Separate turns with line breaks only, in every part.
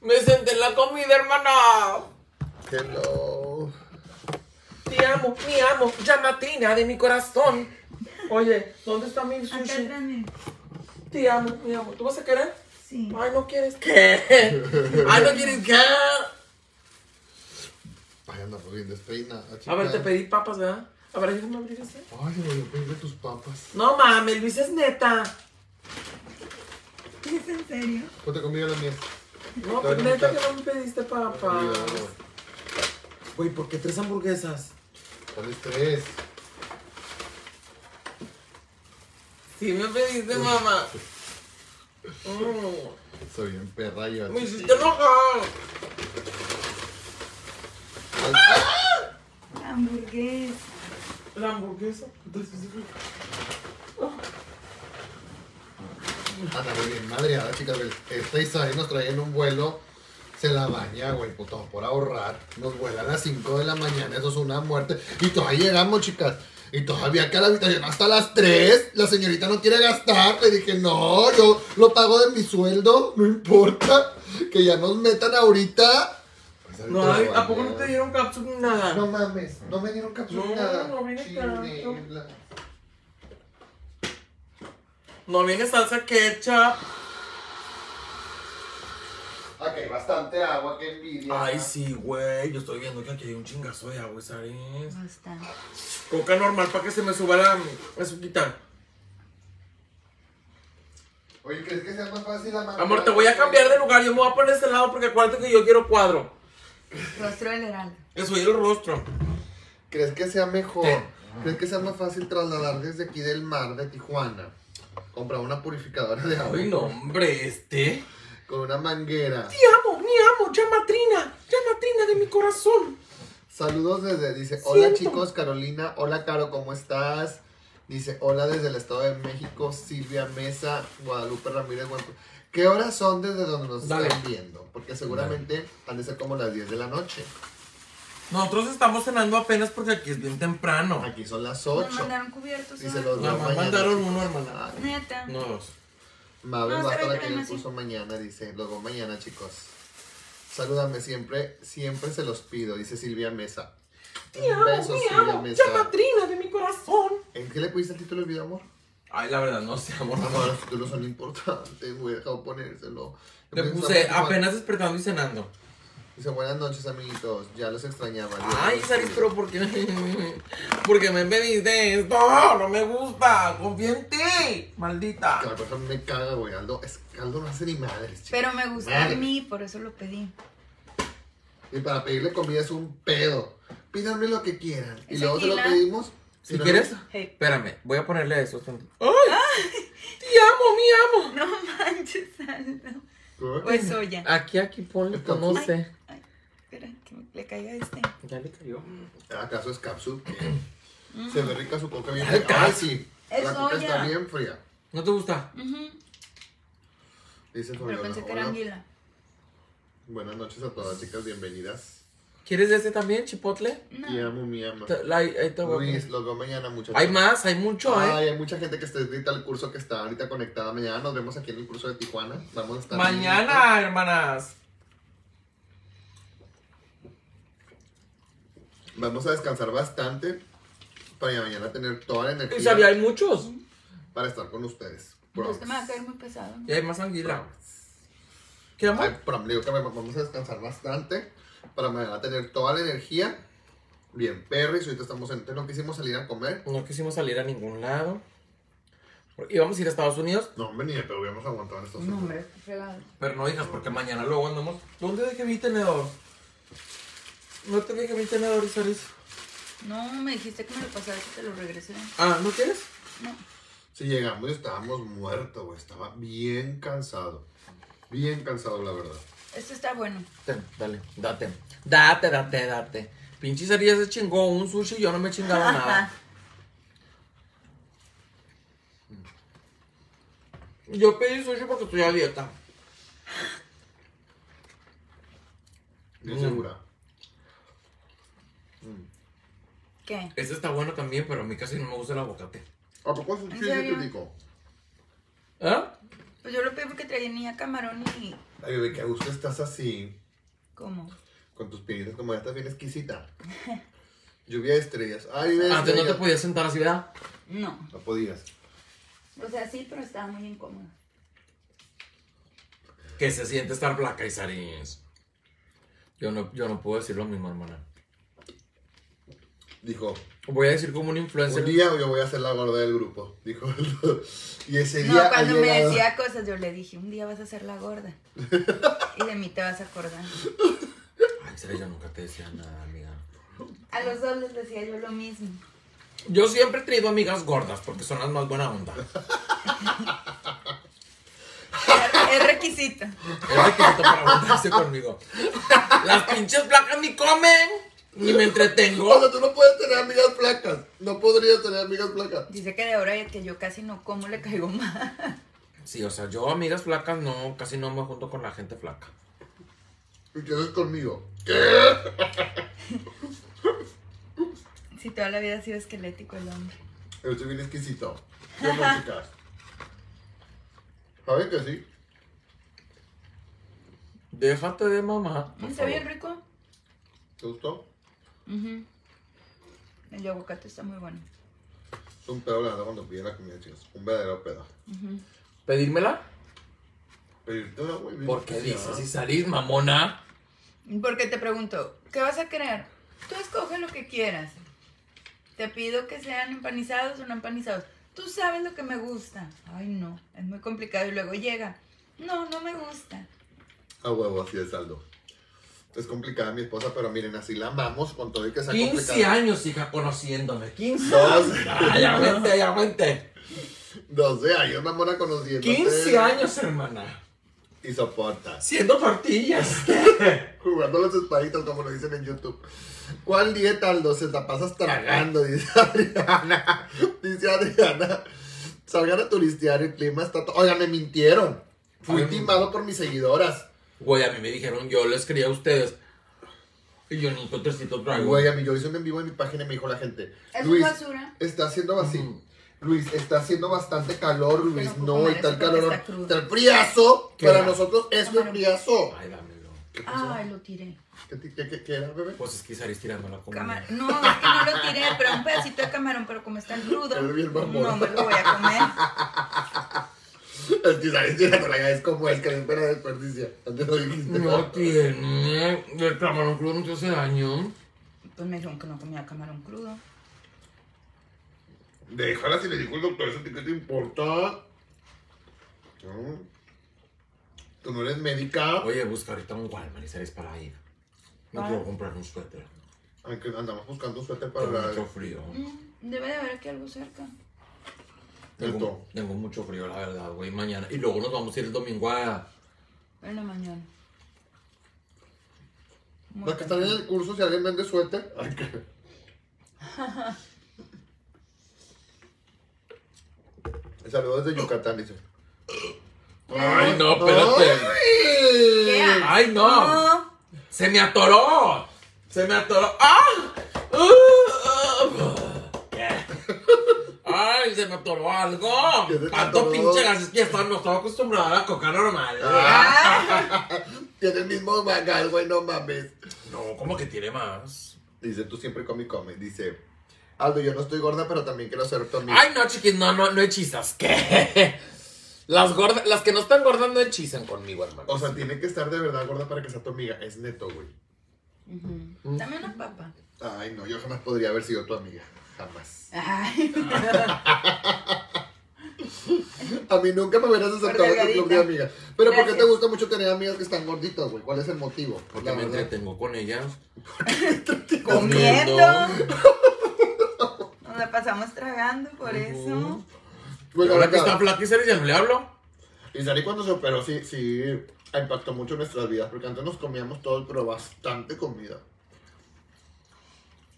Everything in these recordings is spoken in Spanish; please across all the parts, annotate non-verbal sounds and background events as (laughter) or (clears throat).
Me senté en la comida, hermana.
Hello.
Te amo, mi amo, llamatina de mi corazón. Oye, ¿dónde está mi
Acá
sushi?
atrás, miren.
Te amo, mi amo. ¿Tú vas a querer?
Sí. (laughs)
Ay, no quieres. (laughs) ¿Qué? Ay, no quieres. ¿Qué?
Ay, anda bien despeina.
A ver, te pedí papas, ¿verdad? A ver, déjame abrir este.
Ay, me olvidé tus papas.
No mames, Luis es neta.
¿Es en serio?
Ponte conmigo las mías.
No,
Está
pues neta que
rica.
no me pediste papas.
Cuidado.
Güey, ¿por qué tres hamburguesas?
¿Cuáles tres?
Sí, me pediste, (laughs) mamá. Mm,
Soy bien perra yo.
me hiciste enojar.
Hamburguesa.
La hamburguesa. Entonces,
Anda, muy bien, madre. Ahora, chicas, el, el seis ahí nos traían un vuelo. Se la baña, güey, puto, por ahorrar. Nos vuela a las 5 de la mañana, eso es una muerte. Y todavía llegamos, chicas. Y todavía que a la habitación hasta las 3, la señorita no quiere gastar. Le dije, no, yo lo pago de mi sueldo, no importa. Que ya nos metan ahorita. Pues ahorita
No,
nos
ay, ¿a
bañamos.
poco no te dieron cápsula ni nada?
No mames, no me dieron cápsula
No,
nada.
no viene
Chinela.
tanto. No viene salsa ketchup.
Ok, bastante agua, qué envidia.
Ay, sí, güey. Yo estoy viendo que aquí hay un chingazo de agua, ¿sabes?
Basta.
Coca normal para que se me suba la azuquita.
Oye, ¿crees que sea más fácil la mano?
Amor, te voy a cambiar de lugar. Yo me voy a poner este lado porque acuérdate que yo quiero cuadro.
Rostro del heraldo.
Eso es el rostro.
¿Crees que sea mejor?
Sí.
¿Crees que sea más fácil trasladar desde aquí del mar de Tijuana? Comprar una purificadora de agua
Ay, no, hombre, este.
con una manguera.
Te amo, me amo, ya matrina, ya matrina de mi corazón.
Saludos desde, dice, hola
Siento.
chicos, Carolina, hola Caro, ¿cómo estás? Dice, hola desde el Estado de México, Silvia Mesa, Guadalupe Ramírez. Buen- ¿Qué horas son desde donde nos
Dale.
están viendo? Porque seguramente han de ser como las 10 de la noche.
Nosotros estamos cenando apenas porque aquí es bien temprano.
Aquí son las
Me
8.
mandaron cubiertos.
Y se
¿no?
los
Nada
veo
más
mañana.
mandaron uno, hermana.
Ay,
Neta.
No dos.
Mabel
No,
va
está
para
bien,
que le
Ana, sí.
puso mañana, dice. Luego mañana, chicos. Salúdame siempre, siempre se los pido, dice Silvia Mesa.
Te amo, me amo, ya matrina de mi corazón.
¿En qué le pusiste el título del video, amor?
Ay, la verdad, no sé, (laughs) amor.
Amor, los títulos son importantes, güey, dejado ponérselo.
Le
Empieza
puse
a-
apenas despertando y cenando.
Dice, buenas noches, amiguitos, ya los extrañaba. Dios
Ay,
los
Saris,
cuide".
pero ¿por qué? (laughs) ¿Por qué me pediste esto? No me gusta. Confía en ti, maldita.
Claro, por ejemplo, me caga, güey, Aldo. Es, que Aldo no hace ni madres, chicos.
Pero me gustó
Madre.
a mí, por eso lo pedí.
Y para pedirle comida es un pedo. Pídanme lo que quieran. Y
¿Es
luego se lo
tequila?
pedimos.
Si
y no
quieres,
nos-
Hey.
espérame, voy a ponerle eso. Ay, te amo, mi amo.
No manches, Aldo.
¿Qué?
Pues soya.
Aquí, aquí, ponle, pues, no
Ay.
sé.
Espera, que me- le caiga este.
Ya le cayó.
¿Acaso es capsule? Se ve rica su coca bien
Ay,
fría. Ah, sí.
Mm. Es
La coca
soya.
está bien fría.
¿No te gusta?
Ujú.
Dice Fabiola.
Pero pensé que
Hola.
era anguila.
Buenas noches a todas, chicas. Bienvenidas.
¿Quieres de este también, chipotle?
Te
No.
amo, mi ama.
Te- la- ahí te voy a
Luis,
poner.
los veo mañana, muchachos.
Hay más, hay mucho, ¿eh?
Ay, hay mucha gente que está ahorita al curso que está ahorita conectada. Mañana nos vemos aquí en el curso de Tijuana. Vamos a estar.
Mañana, hermanas.
Vamos a descansar bastante para mañana tener toda la energía
Y sabía, hay muchos.
para estar con ustedes.
Pues que me va a caer muy pesado.
Y hay más anguila. ¿Qué amor?
Ay, pero le digo que me- vamos a descansar bastante para mañana tener toda la energía. Bien, perris, ahorita estamos en... No quisimos salir a comer.
No quisimos salir a ningún lado. Íbamos a ir a Estados Unidos,
No, hombre, ni de pedo hubiéramos aguantado en estos días.
hombre, qué fregado.
pero no hijas, porque mañana luego andamos. ¿Dónde dejé mi tenedor? No te dejé mi tenedor, Isaris.
No, me dijiste que me lo pasara que te lo regresé.
Ah, ¿no quieres?
No.
Sí, llegamos y estábamos muertos, güey. Estaba bien cansado. Bien cansado, la verdad.
Esto este está bueno.
Ten, dale, date. Date, date, date. Pinche Isaris ya se chingó un sushi y yo no me chingaba nada. Yo pedí sushi porque estoy a dieta.
Bien
Mm.
segura.
¿Qué?
Este está bueno también, pero a mí casi no me gusta el aguacate.
¿A poco es un
¿En
chile
serio?
te digo?
¿Eh?
Pues Pues yo lo pedí porque tenía camarón y.
Ay, bebé, que a gusto estás así,
¿Cómo?
con tus piernitas, como ya estás
(laughs)
bien exquisita. Lluvia de estrellas. Ay, bebé.
Antes no te
estrellas.
podías sentar así, ¿verdad?
No.
No podías.
O sea, sí, pero estaba muy incómoda.
Que se siente estar flaca y sarines. Yo no, yo no puedo decir lo mismo, hermana.
Dijo,
Voy a decir como un
un
influencer.
día yo voy a ser la gorda del grupo. Dijo, (laughs) y ese día.
No,
ha
cuando me
llegado-
decía cosas, yo le dije, un día vas a ser la gorda. Y de mí te vas a acordar.
Ay, Sara, yo nunca te decía nada, amiga.
A los dos les decía yo lo mismo.
Yo siempre he tenido amigas gordas porque son las más buena onda.
Era- Es requisito.
Es requisito para juntarse conmigo. Las pinches flacas ni comen, ni me
O
entretengo.
sea, tú (laughs) no puedes tener amigas flacas. No podrías tener amigas flacas.
Dice que de ahora que yo casi no como le caigo más.
Sí, o sea, yo amigas flacas no, casi no me junto con la gente flaca.
¿Y qué haces conmigo?
Si toda la vida ha sido esquelético el hombre.
Yo soy bien exquisito. ¿Qué onda, chicas? ¿Sabes que sí?
Déjate de mamá. por
Está bien
favor.
rico.
¿Te gustó?
Ujú. El de aguacate está muy bueno.
Es un pedo la neta cuando pide la comida, chicas. Un verdadero pedo.
¿Pedírmela?
Pedirte una güey. bien
Porque
especial.
dices, si salís mamona.
Porque te pregunto, ¿qué vas a querer? Tú escoge lo que quieras. Te pido que sean empanizados o no empanizados. Tú sabes lo que me gusta. Ay, no, es muy complicado. Y luego llega. No, no me gusta.
A huevo, así de saldo. Es complicada mi esposa, pero miren, así la amamos con todo y que sea
15
complicada.
años, hija, conociéndome. 15
Dos.
Ah, ya vente, ya vente.
12 años, mamona conociendo.
15 años, hermana.
Y soportas.
Siendo tortillas.
Jugando los espaditos, como lo dicen en YouTube. ¿Cuál dieta, Aldo? Se la pasas tragando, dice Adriana. (laughs) Dice Adriana. Salgan a turistear, el clima está... to- Oigan, me mintieron. Fui
Ay,
timado por mis seguidoras.
Güey, a mí me dijeron, yo les creía a ustedes. Y yo ni un trecito traigo.
Güey, a mí yo hice un en vivo en mi página y me dijo la gente.
Es
Luis,
basura.
está haciendo así. Luis, está haciendo bastante calor, Luis.
puedo
No,
comer
y
eso
tal
porque
calor.
está crudo.
Tal friazo.
¿Qué
Para
era?
nosotros es un
Camarón.
friazo.
Ay, dámelo.
Ay, lo tiré.
¿Qué, ti- qué- qué- qué era, bebé?
Pues es que salís tirando la comida.
Camar- no, es que no lo tiré, pero un pedacito de camarón, pero como está crudo,
Es bien mamón.
no me lo voy a comer.
Es que sabes, yo no la es como es que siempre la desperdicia. Antes lo dijiste.
No tiene. El camarón crudo no te hace daño.
Pues me dijeron que no comía camarón crudo.
Déjala si le dijo el doctor, eso a ti qué te importa. No. Tú no eres médica.
Oye, busca ahorita un Walmart y salís para ir. No quiero comprar un suéter.
Aunque andamos buscando suerte para
Tengo
la.
mucho frío.
Mm, debe de haber aquí algo cerca.
Tengo,
Esto.
tengo mucho frío, la verdad, güey. Mañana. Y luego nos vamos a ir el domingo a.
En la mañana. Muy
Las que están en el curso, si alguien vende suéter. Ay, (laughs) qué- Saludos desde Yucatán, dice.
Ay, no, espérate.
¿Qué
¡Ay!
haces?
Ay, no.
No,
Se me atoró. Se me atoró. ¡Ah! ¡Ah! ¿Qué? Ay, se me atoró algo.
¿Qué se te
Tanto
atoró?
pinche gas es que ya estaba- no estaba acostumbrada a coca normal.
Ah. Tiene el mismo mangal, güey, no mames.
No, como que tiene más.
Dice, tú siempre come y come. Dice, Aldo, yo no estoy gorda, pero también quiero ser tu amiga.
Ay, no, chiquis, no, no, no hechizas. ¿Qué? Las, gordas, las que no están gordas no hechizan conmigo, hermano.
O sea, tiene que estar de verdad gorda para que sea tu amiga. Es neto, güey.
Ujú. Dame una papa.
Ay, no, yo jamás podría haber sido tu amiga. Jamás.
(laughs) Ay.
A mí nunca me hubieras aceptado
Por
que club de
delgadita.
amiga. Pero ¿por qué
Gracias.
te gusta mucho tener amigas que están gorditas, güey? ¿Cuál es el motivo? Pues
porque
La
me
verdad.
entretengo con ellas.
Comiendo.
Comiendo.
Nos la pasamos tragando por eso.
Y
Güey,
Ahora que
ahorita-
está flaca y seria, ya no le hablo.
Y Sari cuando se operó sí, sí impactó mucho nuestras vidas, porque antes nos comíamos todos, pero bastante comida.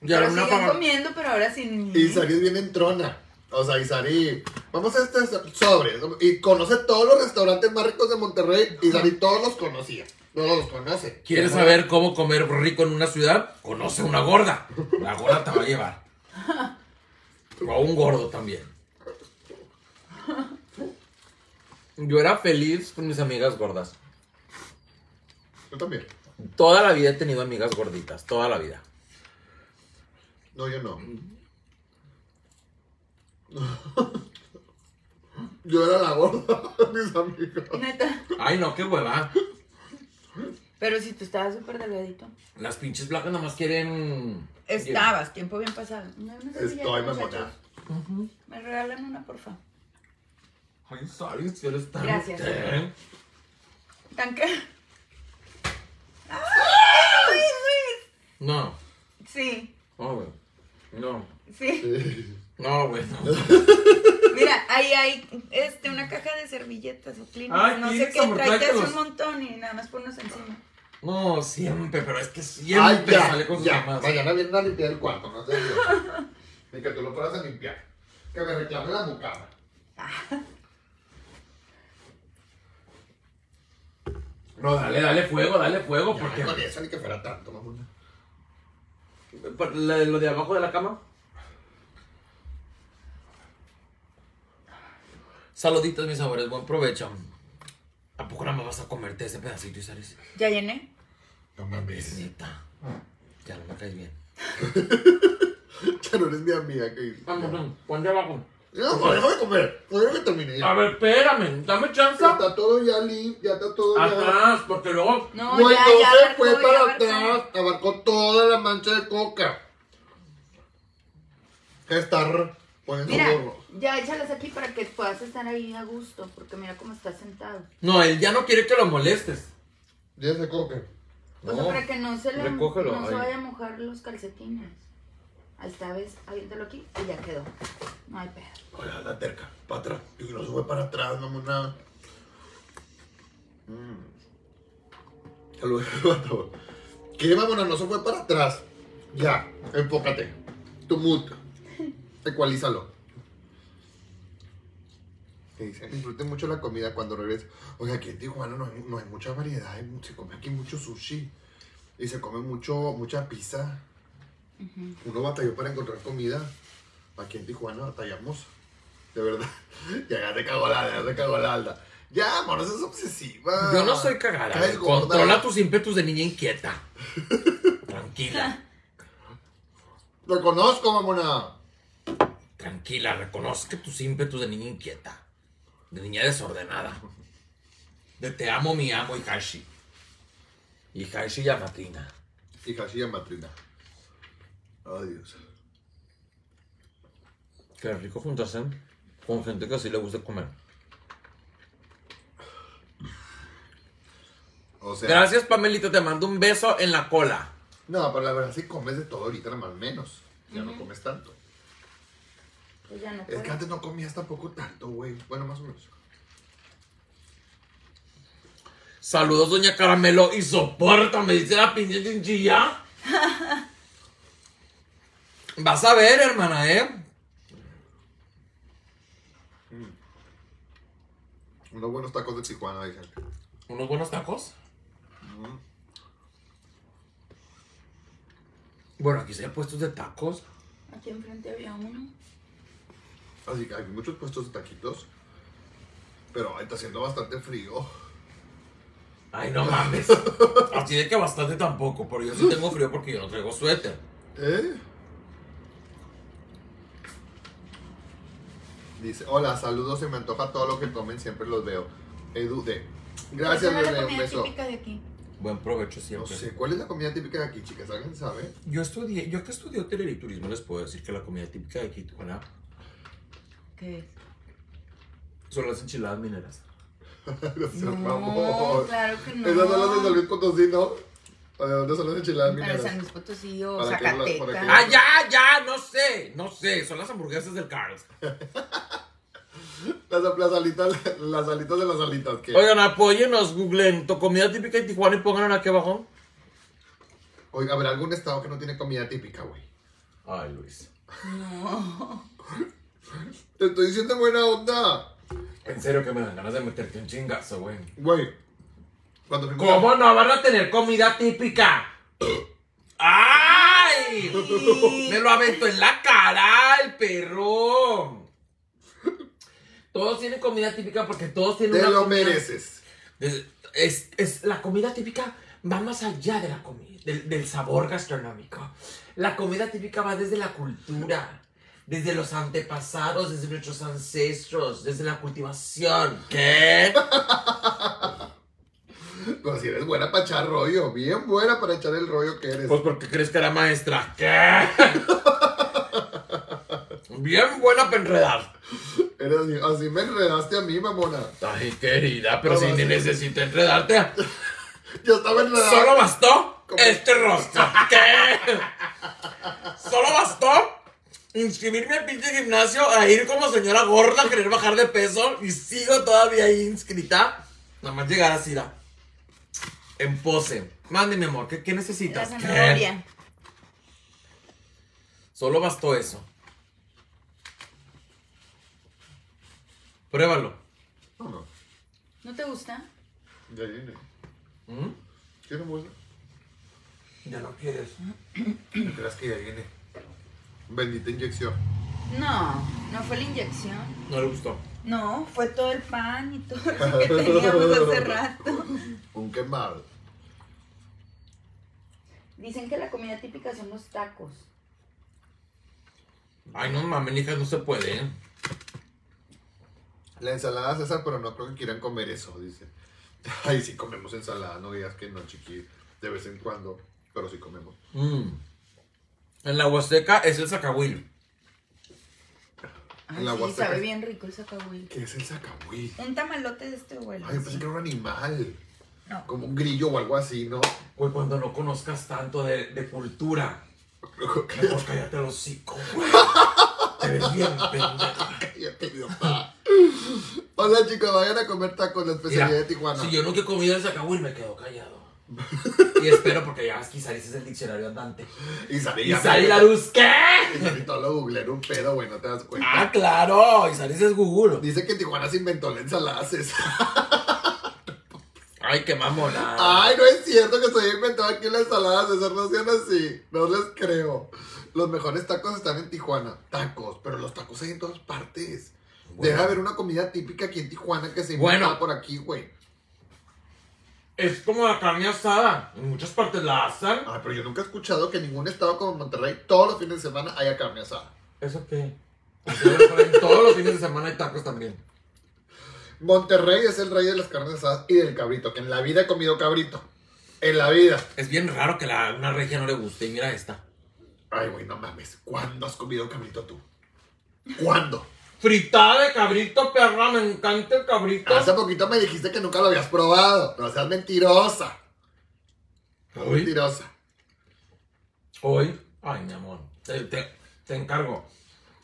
Y ahora
Pero
una
siguen
pava-
comiendo, pero ahora sin mí.
Y Sari es bien entrona. O sea, y Sari, vamos a este so- sobre. Y conoce todos los restaurantes más ricos de Monterrey. Y Sari todos los conocía. Todos los conoce.
¿Quieres saber cómo comer rico en una ciudad? Conoce a una gorda. La gorda te va a llevar. (laughs) O a un gordo también. Yo era feliz con mis amigas gordas.
Yo también.
Toda la vida he tenido amigas gorditas, toda la vida.
No, yo no. (laughs) yo era la gorda, mis amigos.
Neta.
Ay, no, qué hueva.
Pero si tú estabas súper delgadito.
Las pinches blancas nomás quieren.
Estabas, tiempo bien pasado. No, no sé si ya
Estoy
muchachos.
mamona.
Me regalan una, por favor.
Ay, sorry, si eres tan.
Gracias.
¿Eh?
¿Tanque?
No,
Sí,
no, güey. No,
sí.
no, güey, no.
Mira, ahí hay este, una caja de servilletas Ah, o clínicas.
Ay,
no sé
Kleenex,
qué,
amor,
tráete así
tráetelos.
un montón y nada más ponnos encima.
No, siempre, pero es que
Ay,
siempre sale
ya,
con sus
ya.
mamás.
Mañana vienen a limpiar el cuarto, no sé Ni que tú lo fueras a limpiar. Que me reclame la mucama.
No, dale, dale fuego, dale fuego,
Ya,
porque.
con eso ni que fuera tanto, mamona.
Pa- la de- Lo de abajo de la cama. Saluditos, mis amores, buen provecho. ¿A poco nada más vas a comerte ese pedacito y sales?
¿Ya llené?
No mames.
Neta. Ya no me caes bien.
Ya no eres mi amiga, que
Vamos, ven, ponte abajo.
No, no, pues, déjame comer. No, déjame terminar.
A ver, espérame, dame chance.
Ya está todo ya limpio, ya está todo ya.
Atrás, porque luego.
No,
Güey,
ya,
no
ya.
se
abarcó,
fue
ya
para
abarcó.
atrás, abarcó toda la mancha de coca. Estar poniendo
Mira,
gorro.
ya échalas aquí para que puedas estar ahí a gusto, porque mira cómo estás sentado.
No, él ya no quiere que lo molestes.
Ya se coca.
O sea,
No.
para que no se le
recógelo,
no se
ahí.
vaya a mojar los calcetines. Ahí está, ves, aviéntalo aquí y ya quedó. No hay pedo.
Hola, la terca, para atrás. Y no se fue para atrás, mamona. Mm. Ya lo dejé, (laughs) vato. ¿Qué, mamona? No se fue para atrás. Ya, enfócate. Tu mood. Ecualízalo. Que dice, disfruten mucho la comida cuando regrese. Oiga, aquí en Tijuana no hay, no hay mucha variedad. hay- se come aquí mucho sushi. Y se come mucho, mucha pizza. Uno batalló para encontrar comida. Aquí en Tijuana batallamos. De verdad. (laughs) Ya, ya te cagó la, ya te cagó la alda. Ya, amor, no seas obsesiva.
Yo no soy cagada.
Caes
güey.
Ah, gorda.
Controla tus ímpetus de niña inquieta. Tranquila,
Lo conozco, mamona.
tranquila, reconozca tus ímpetus de niña inquieta. De niña desordenada. De te amo, mi amo, Hashi. Y Hashi y Amatrina.
Y Hashia Matrina. Adiós.
Qué rico juntarse con gente que así le gusta comer.
O sea.
Gracias, Pamelita. Te mando un beso en la cola.
No, pero la verdad sí comes de todo ahorita, más menos. Ya no comes tanto.
Pues ya no
Es que
puedo.
antes no comías tampoco tanto, güey. Bueno, más o menos.
Saludos, doña Caramelo. Y soporta, me dice la pinche chinchilla. Vas a ver, hermana, ¿eh?
Unos buenos tacos de Tijuana, dicen.
Unos buenos tacos. Bueno, aquí se hay puestos de tacos.
Aquí enfrente había uno.
Así que hay muchos puestos de taquitos. Pero ahí está haciendo bastante frío.
Ay, no (laughs) mames. Así de que bastante tampoco, pero yo sí tengo frío porque yo no traigo suéter.
¿Eh? Dice, hola, saludos, se me antoja todo lo que comen, siempre los veo. Edu de. Gracias,
Esa era la
bebé, un
comida
beso.
típica de aquí.
Buen provecho
No
siempre.
sé, ¿cuál es la comida típica de aquí, chicas? ¿Alguien sabe? (laughs)
Yo estudié, yo que estudié hotelería y turismo les puedo decir que la comida típica de aquí, Tijuana,
¿Qué es?
son las enchiladas mineras.
No, seas
No,
mamón.
claro que no.
Esas son las de San Luis Potosí, ¿no? ¿O de dónde son las enchiladas
Para San
mineras?
Luis Potosí o
Para que lo- para que-
Zacatecas.
Ah, ya, ya, no sé, no sé, son las hamburguesas del Carl's.
Las, las alitas, las alitas de las alitas. ¿qué?
Oigan, apóyenos, googlen tu comida típica de Tijuana y pónganla aquí abajo.
Oiga, habrá algún estado que no tiene comida típica, güey.
Ay, Luis.
No.
Te estoy diciendo buena onda.
En serio que me dan ganas de meterte un chingazo, güey.
Güey. Cuando fuimos a-
¿Cómo no van a tener comida típica? ¡Ay!
Y-
Me lo aventó en la cara el perro. Todos tienen comida típica porque todos tienen
Te
una
lo
comida-
mereces.
Es, es- es- la comida típica va más allá de la comida, del, del sabor gastronómico. La comida típica va desde la cultura, desde los antepasados, desde nuestros ancestros, desde la cultivación. ¿Qué?
No, si eres buena para echar rollo, bien buena para echar el rollo que eres.
Pues porque crees que era maestra. ¿Qué? Bien buena para enredar.
Eres así, así me enredaste a mí, mamona.
Ay, querida, pero
No,
si
no,
ni
sí.
necesito enredarte,
Yo estaba enredada.
solo bastó
¿Cómo?
este rostro. ¿Qué? Solo bastó inscribirme al pinche gimnasio a ir como señora gorda a querer bajar de peso y sigo todavía ahí inscrita. Nada más llegar así, da. En pose. Mande, mi amor, ¿qué, qué
La
necesitas? ¿Qué?
zanahoria.
Solo bastó eso. Pruébalo.
No, no.
¿No te gusta?
Ya viene.
¿Mm?
¿Quieres (clears throat) bolsa?
Ya no quieres.
¿No creas que ya viene? Bendita inyección.
No, no fue la inyección.
No le gustó.
No, fue todo el pan y todo
(laughs)
lo que teníamos hace rato.
Un quemado.
Dicen que la comida típica son los tacos.
Ay, no mames, hija, no se puede. ¿eh?
La ensalada César, pero no creo que quieran comer eso, dice. (laughs) Ay, sí comemos ensalada, no digas que no, chiqui. De vez en cuando, pero sí comemos.
Mm. En la Huasteca es el sacahuil.
Ay,
En la
Ah, sí,
Huasteca.
sabe bien rico el sacahuil.
¿Qué es el sacahuil?
Un tamalote de este abuelo.
Ay, yo pensé que era un animal.
No.
Como un grillo o algo así, ¿no? (laughs)
Güey, cuando no conozcas tanto de, de cultura, mejor cállate el hocico, güey. Te ves bien, pendejo.
Ya te dio pa. Hola chicos, vayan a comer tacos, la especialidad
Mira,
Pues de Tijuana.
Si yo nunca he comido el sacahuil, me quedo callado.
(laughs)
Y espero porque ya quizás es el diccionario andante.
Y salí
Y
ya.
sale la luz, ¿qué?
Y salí todo lo googleé en un pedo, güey, no te das cuenta.
Ah, claro, y salís es Google.
Dice que en Tijuana se inventó la ensalada César.
Ay, qué mamona.
Ay, no es cierto que se haya inventado aquí la ensalada César, no sean así. No les creo. Los mejores tacos están en Tijuana. Tacos, pero los tacos hay en todas partes.
Bueno.
Debe haber una comida típica aquí en Tijuana que se
Bueno.
inventa por aquí, güey.
Es como la carne asada. En muchas partes la asan.
Ay, Ah, pero yo nunca he escuchado que en ningún estado como Monterrey todos los fines de semana haya carne asada.
(laughs) ¿Eso qué? En todos los fines de semana hay tacos también.
Monterrey es el rey de las carnes asadas y del cabrito, que en la vida he comido cabrito. En la vida.
Es bien raro que la, una regia no le guste. Y mira esta.
Ay, güey, no mames. ¿Cuándo has comido cabrito tú? ¿Cuándo?
Fritada de cabrito, perra. Me encanta el cabrito.
Hace poquito me dijiste que nunca lo habías probado. No seas mentirosa.
Hoy.
Mentirosa.
Hoy. Ay, mi amor. Te, te- te encargo.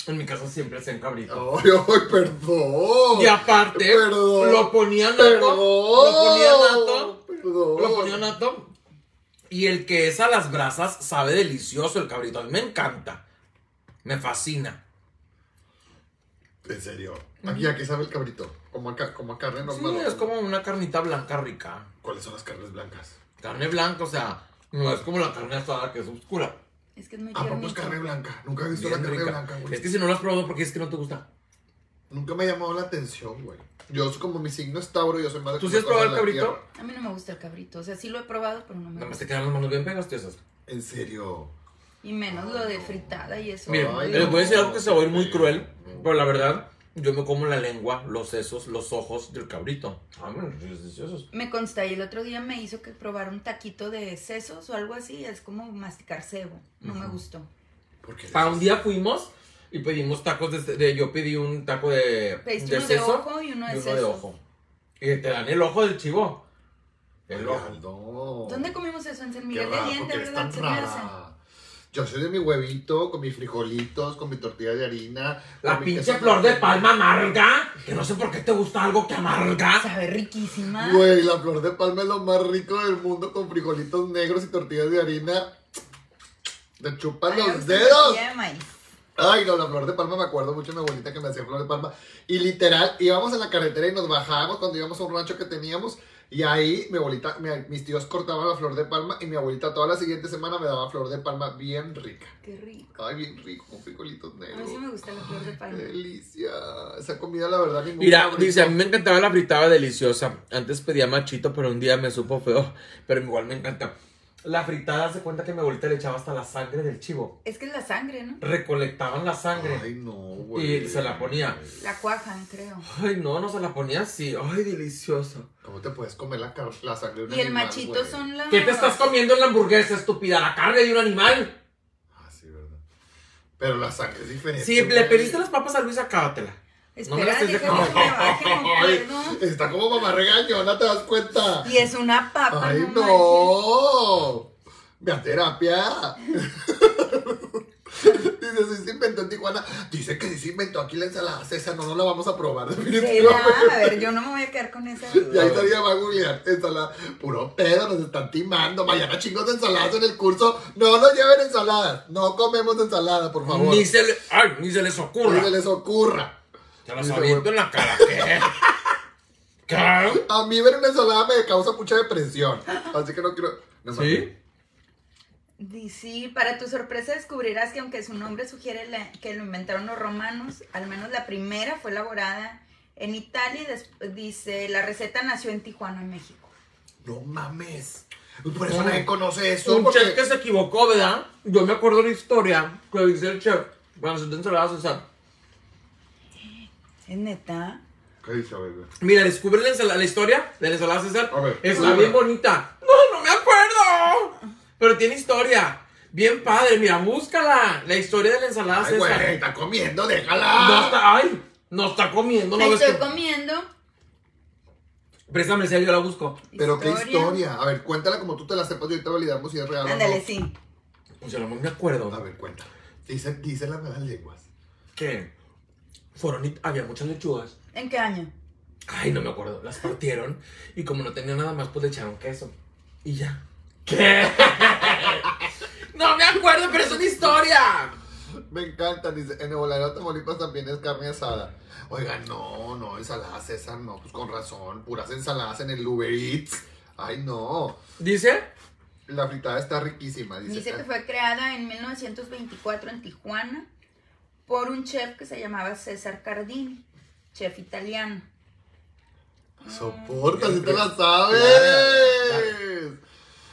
En mi casa siempre hacen cabrito.
Ay, ay, perdón.
Y aparte,
Perdón.
lo ponían nato.
Perdón.
Lo ponían nato.
Perdón.
Lo ponían nato. Y el que es a las brasas sabe delicioso el cabrito. A mí me encanta. Me fascina.
En serio. Aquí, aquí sabe el cabrito. Como a, ca- como a carne normal.
Sí, es como una carnita blanca rica.
¿Cuáles son las carnes blancas?
Carne blanca, o sea, no es como la carne asada que es oscura.
Es que es muy
¿A poco Ah, es
tiernito.
pues carne blanca? Nunca he visto
Bien
la carne
rica.
blanca, güey.
Es que si no la has probado, porque es que no te gusta?
Nunca me ha llamado la atención, güey. Yo, como mi signo es Tauro, yo soy más de
¿Tú sí
comer
has probado
cosas
el
de la
cabrito?
A mí no me gusta el cabrito. O sea, sí lo he probado, pero no me
Nada más
este
gusta.
te quedan las manos bien pegastiosas.
tierra. En serio.
Y menos lo de fritada y eso.
Miren,
Ay,
les
no.
voy a decir algo que se va a oír muy cruel, pero la verdad, yo me como la lengua, los sesos, los ojos del cabrito. Ah, bueno, es delicioso.
Me consta, y el otro día me hizo que probar un taquito de sesos o algo así. Es como masticar cebo. No me
Ujú.
gustó.
Porque
Ah, un día fuimos y pedimos tacos de, de- yo pedí un taco de,
Pediste uno de
seso
ojo y uno de
y uno de
seso.
ojo. Y te dan el ojo del chivo. El ojo.
Aldo.
¿Dónde comimos eso? En San
Qué
Miguel de
raro,
Allende,
porque eres tan
¿verdad? Se me hace.
rara. Yo soy de mi huevito, con mis frijolitos, con mi tortilla de harina.
La
con mi
pinche
queso
flor de
amarillo.
palma amarga, que no sé por qué te gusta algo que amarga.
Sabe riquísima.
Güey, la flor de palma es lo más rico del mundo con frijolitos negros y tortillas de harina. Te chupan
Ay, me
los
gusta la
dedos.
tortilla de maíz.
Ay, no, la flor de palma, me acuerdo mucho de mi abuelita que me hacía flor de palma. Y literal, íbamos en la carretera y nos bajábamos cuando íbamos a un rancho que teníamos Y ahí mi abuelita, mi- mis tíos cortaban la flor de palma y mi abuelita toda la siguiente semana me daba flor de palma bien rica.
Qué rico.
Ay, bien rico, con frijolitos
A
negros.
mí sí me gusta la flor de palma.
Qué Delicia. Esa comida, la verdad, ningún
Mira,
favorito.
dice, a mí me encantaba la fritada deliciosa. Antes pedía machito, pero un día me supo feo. (laughs) Pero igual me encanta. La fritada se cuenta que mi abuelita le echaba hasta la sangre del chivo.
Es que es la sangre, ¿no?
Recolectaban la sangre.
Ay, no, güey.
Y se la ponía.
La cuajan, creo.
Ay, no, no se la ponía así. Ay, deliciosa.
¿Cómo te puedes comer la, car- la sangre de un
Y el
animal,
machito
güey?
son las.
¿Qué te estás comiendo en la hamburguesa, estúpida? La carne de un animal.
Ah, sí, verdad. Pero la sangre es diferente.
Si le
güey.
pediste las papas a Luis, acábatela. No me
Espera,
las estés
déjame
dejando.
que me baje, no
Ay,
puedo.
está como mamá regaño, no te das cuenta.
Y es una papa.
Ay,
no manches.
no. Ve a terapia. Dice, sí se inventó en Tijuana. Dice que sí se inventó aquí la ensalada César. No, no la vamos a probar.
Será, a
Definitivamente.
ver, yo no me voy a quedar con esa
Y ahí
duda.
estaría va a googlear ensalada. Puro pedo, nos están timando. Mañana chingos de ensaladas en el curso. No nos lleven ensaladas. No comemos ensalada, por favor.
Ni se, le, ay, ni se les
No
ocurra.
se les ocurra.
Te las
Ni se
aviento en la cara.
(laughs)
¿Qué? ¿Qué?
A mí ver una ensalada me causa mucha depresión. Así que no quiero. No,
¿Sí?
Di- Sí, para tu sorpresa descubrirás que aunque su nombre sugiere la- que lo inventaron los romanos, al menos la primera fue elaborada en Italia y des- dice, la receta nació en Tijuana, en México.
No mames. Por eso nadie conoce eso.
Un
porque-
chef que se equivocó, ¿verdad? Yo me acuerdo de una historia que dice el chef. Bueno, se te ensaladas, o sea,
¿Es neta?
¿Qué dice, a ver, güey?
Mira, descubre la, ensala- la historia de la ensalada César.
A ver.
Está bien bonita. No, no me acuerdo. Pero tiene historia. Bien padre, mira, búscala. La historia de la ensalada
Ay,
César.
güey, está comiendo,
No
déjala.
está, ay, no está comiendo,
La
no ves
estoy
que.
comiendo.
Préstame el cel, yo la busco.
Pero qué historia. A ver, cuéntala como tú te la sepas y ahorita validamos si es real o
Ándale,
no.
sí.
Pues yo no me acuerdo.
A ver, cuéntala. Dice, dice las malas lenguas.
que fueron y había muchas lechugas.
¿En qué año?
Ay, no me acuerdo. Las partieron y como no tenía nada más, pues le echaron queso. Y ya. ¿Qué? (laughs) no me acuerdo, pero es una historia.
Me encanta, dice, en Nuevo Laredo, Tamaulipas también es carne asada. Oiga, no, no, ensaladas César, no, pues con razón, puras ensaladas en el Uber Eats. Ay, no,
Dice,
la fritada está riquísima, dice.
Dice que fue creada en 1924 en Tijuana por un chef que se llamaba César Cardini, chef italiano.
Soporta, si te la
Claro,
sabes.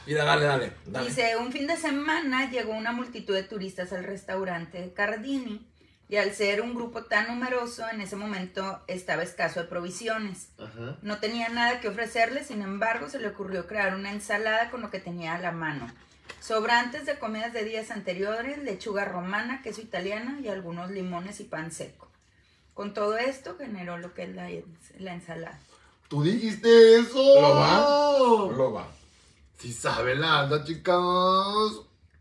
mira, dale, dale, dale.
Dice, un fin de semana llegó una multitud de turistas al restaurante de Cardini y al ser un grupo tan numeroso, en ese momento estaba escaso de provisiones.
Ajá.
No tenía nada que ofrecerle, sin embargo, se le ocurrió crear una ensalada con lo que tenía a la mano. Sobrantes de comidas de días anteriores, lechuga romana, queso italiana y algunos limones y pan seco. Con todo esto generó lo que es la, ens- la ensalada.
Tú dijiste eso.
¿Lo Lo va.
Si sabe la anda, chicas.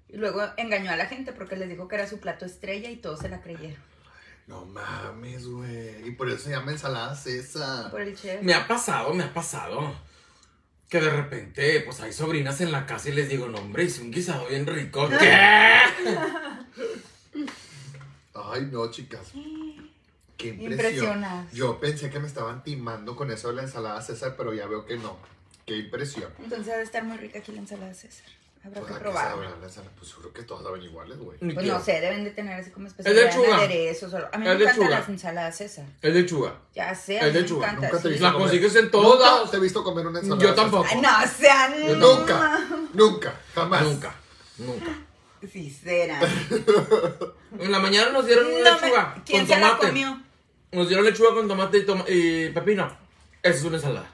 Y luego engañó a la gente porque les dijo que era su plato estrella y todos se la creyeron.
No mames, güey. Y por eso se llama ensalada César.
Por el chef.
Me ha pasado, me ha pasado. Que de repente, pues hay sobrinas en la casa y les digo, no, hombre, hice un guisado bien rico. ¿Qué?
Ay, no, chicas. Qué impresión.
Impresionadas.
Yo pensé que me estaban timando con eso de la ensalada César, pero ya veo que no. Qué impresión.
Entonces debe estar muy rica aquí la ensalada César. Habrá
Pues,
que
¿a qué
probarla.
sabrá la ensalada? Pues seguro que todas saben iguales, güey.
Ni
Pues
quiero.
no sé, deben de tener así como
Es
especialidad
lechuga.
aderezos. o algo. A mí
Es
me encantan
lechuga.
las ensaladas César.
Es lechuga.
Ya sé,
Es
a mí me
lechuga,
encanta.
Nunca te he
sí.
visto
La
comer-
consigues en todos
Nunca
lados.
te he visto comer una ensalada
Yo
César.
tampoco.
Ay, no, o sea,
Yo
no.
Nunca, nunca, jamás.
Nunca, nunca.
Sí,
(laughs)
será.
En la mañana nos dieron una
No me-
lechuga
¿Quién
con
se la
tomate.
comió?
Nos dieron lechuga con tomate y, toma- y pepino. Esa es una ensalada.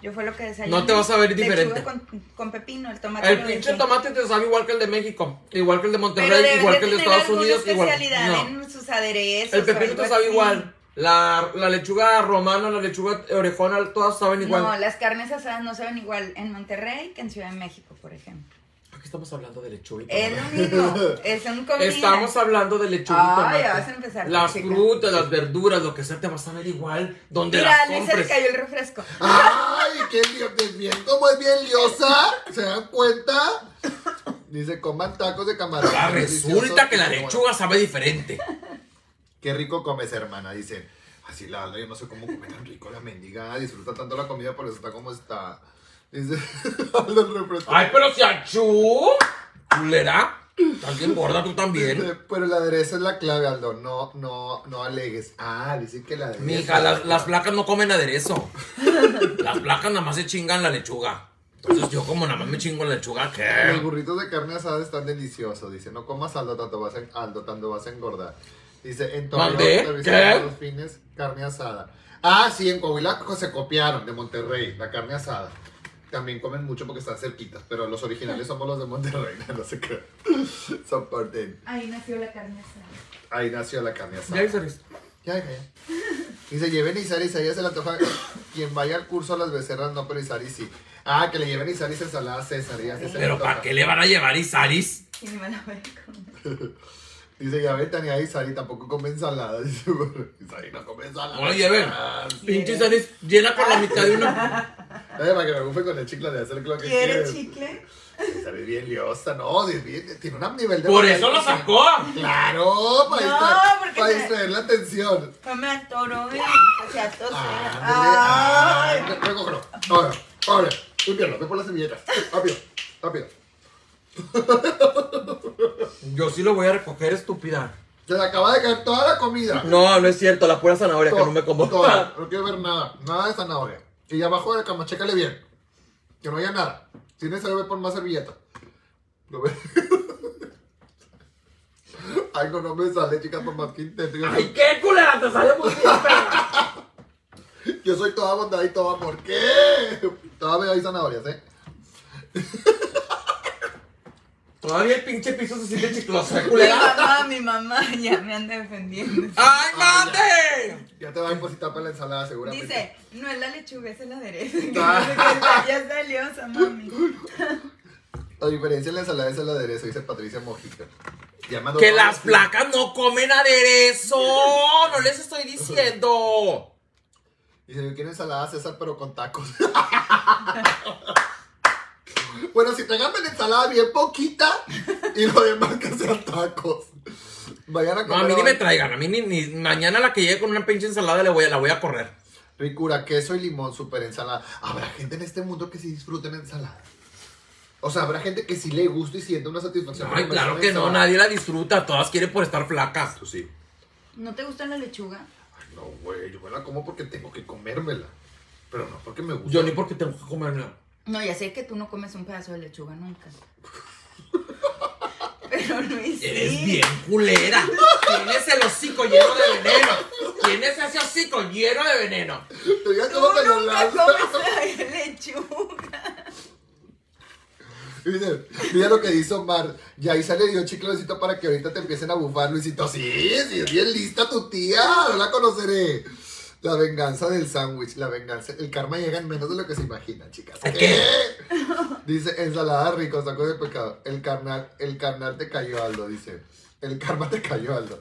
Yo fue lo que desayuné.
No te vas a ver
Lechuga
diferente.
Con, con pepino, el tomate.
El
lo
pinche
dejé.
tomate te sabe igual que el de México, igual que el de
Pero
Monterrey,
deben
igual
de
que el de
tener
Estados
alguna
Unidos, igual.
especialidad
No.
en sus aderezos.
El
o
pepino
algo
te sabe
así.
igual. La, la lechuga romana, la lechuga orejona, todas saben igual.
No, las carnes asadas no saben igual en Monterrey que en Ciudad de México, por ejemplo.
Aquí estamos hablando de lechuga y
Es
tomate.
lo mismo.
(laughs)
Es un comida.
Estamos hablando de lechuga y
Ay,
tomate.
ya vas a empezar,
Las
chica.
frutas, las verduras, lo que sea, te vas a ver igual donde
Mira, a
las
Luis se le
compres.
cayó el refresco.
¡Ay, qué lío! qué bien, ¿Cómo es bien liosa? ¿Se dan cuenta? Dice, coman tacos de camarón.
Ah, resulta que la
Deliciosos.
lechuga sabe diferente.
Qué rico comes, hermana, dice. Así la Alda, yo no sé cómo come tan rico la mendiga. Disfruta tanto la comida, por eso está como está. Dice (laughs) Alda el refresco.
Ay, pero si achú, culera. Estás bien gorda tú también.
Dice, Pero la adereza es la clave, Aldo. No, no, no alegues. Ah, dice que la adereza.
Mija, las, las placas no comen aderezo. Las placas nada más se chingan la lechuga. Entonces yo como nada más me chingo la lechuga,
Los
¿qué?
burritos de carne asada están deliciosos. Dice, no comas Aldo, tanto vas, en, Aldo, tanto vas a engordar. Dice, en Torreón
¿Mandé?
te
¿Qué?
visitan los fines carne asada. Ah, sí, en Coahuila co- se copiaron de Monterrey, la carne asada. También comen mucho porque están cerquitas, pero los originales somos los de Monterrey, (laughs) no sé qué. Son parte.
Ahí nació la carne asada.
Ahí nació la carne asada.
Ya, Isaris.
Ya, ya, ya. Dice, lleven a Isaris, a ella se le antoja. Quien vaya al curso a las becerras, no, pero Isaris sí. Ah, que le lleven a Isaris ensalada a César, ya César le
Pero ¿para
antoja.
qué le van a llevar Isaris?
Y ni me la voy a comer.
Dice, ya ven, Tania y Sari tampoco come ensalada. (laughs) Dice, bueno, y Sari no come ensalada.
No la lleven. Pinche Isaris llena con la mitad de
(laughs)
una.
Ay, para que me ocupe con el chicle de hacer lo que quiere.
¿Quieres chicle?
Sari bien liosa, no, Dios, bien- tiene un nivel de...
Por eso lo sacó.
Claro, para,
No,
distraer,
porque
para
se-
distraer la atención.
No me atoro, eh.
Ah,
O sea, tosera.
Ándale,
Ay.
ándale. Recógelo. Ahora, ahora. Límpialo, ve por las servilletas. Rápido, rápido.
Yo sí lo voy a recoger, estúpida.
Se le acaba de caer toda la comida.
No, no es cierto, la pura zanahoria que
To-
no me como.
toda. No quiero ver nada. Nada de zanahoria. Y abajo de la cama, chécale bien. Que no haya nada. Si es necesario, ve por más servilleta. No ve. (laughs) Algo no me sale, chicas, por más que intento. Yo,
Ay, qué culera, te sale muy bien, perra.
yo soy toda bondad y todo amor. ¿Qué? Todavía hay zanahorias, ¿eh?
Todavía el pinche piso se siente chiclosa,
Mi
culera.
mamá, mi mamá (laughs) ya me anda defendiendo.
¡Ay, mate!
Ya te va a depositar para la ensalada, seguramente.
Dice, no es la lechuga, es el aderezo. (laughs) Que
Ah.
no sé qué está. ya salió esa mami.
(laughs) La diferencia en la ensalada es el aderezo, dice Patricia Mojica. Ya mandó
Que
todas
las placas no comen aderezo. No les estoy
(laughs)
diciendo.
Dice, yo quiero ensalada César, pero con tacos. (laughs) bueno, si traigan la ensalada bien poquita y lo demás que sean tacos. Vayan a
No,
comer.
a mí ni me
ahora.
traigan. A mí ni, ni- mañana la que llegue con una pinche ensalada le voy a, la voy a correr.
Ricura, queso y limón, super ensalada. Habrá gente en este mundo que sí disfruten ensalada. O sea, habrá gente que sí le gusta y siente una satisfacción.
Ay,
por comerse
claro
una
que no,
ensalada.
nadie la disfruta. Todas quieren por estar flacas.
Tú sí.
¿No te gusta la lechuga?
Ay, no, güey, yo me la como porque tengo que comérmela. Pero no porque me gusta.
Yo ni porque tengo que comerla.
No, ya sé que tú no comes un pedazo de
(laughs)
lechuga nunca. Pero Luis, sí.
Eres bien culera. Tienes el hocico lleno de veneno. Tienes ese hocico lleno de veneno.
Te digas
Tú
cómo te lo
nunca
lanzas.
comes lechuga.
Mira, mira lo que dice Omar. Y ahí sale dio chiclecito para que ahorita te empiecen a bufar, Luisito. Sí, sí, es bien lista tu tía. No la conoceré. La venganza del sándwich, la venganza. El karma llega en menos de lo que se imaginan, chicas.
¿A qué?
(laughs) Dice, ensalada rico, saco de pecado. El carnal, el carnal te cayó, Aldo, dice. El karma te cayó, Aldo.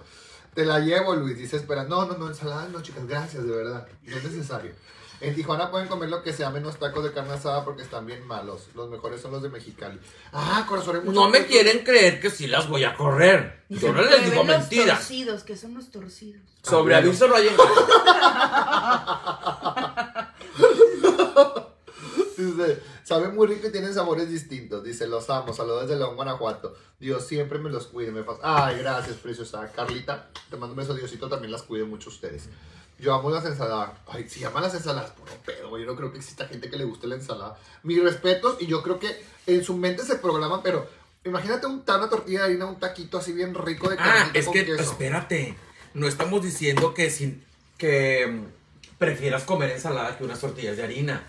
Te la llevo, Luis, dice Espera. No, no, no, ensalada no, chicas, gracias, de verdad. No es necesario. En Tijuana pueden comer lo que sea, menos tacos de carne asada porque están bien malos. Los mejores son los de Mexicali. Ah, corazón, hay muchos
No me
tacos.
quieren creer que sí las voy a correr. Yo no les digo
Prueben los
mentiras.
torcidos, que son los torcidos.
Sobre aviso no hay engaño.
Dice, sabe muy rico y tienen sabores distintos. Dice, los amo. Saludos desde León, Guanajuato. Dios siempre me los cuide. Me fa- Ay, gracias, preciosa. Carlita, te mando un beso. Diosito también las cuide mucho a ustedes. Yo amo las ensaladas. Ay, si aman las ensaladas, por un pedo. güey. Yo no creo que exista gente que le guste la ensalada. Mis respetos, y yo creo que en su mente se programan, pero imagínate un, una tortilla de harina, un taquito así bien rico de
Ah,
carnita
es
con
que,
queso.
espérate, no estamos diciendo que, sin, que mm, prefieras comer ensalada que unas tortillas de harina.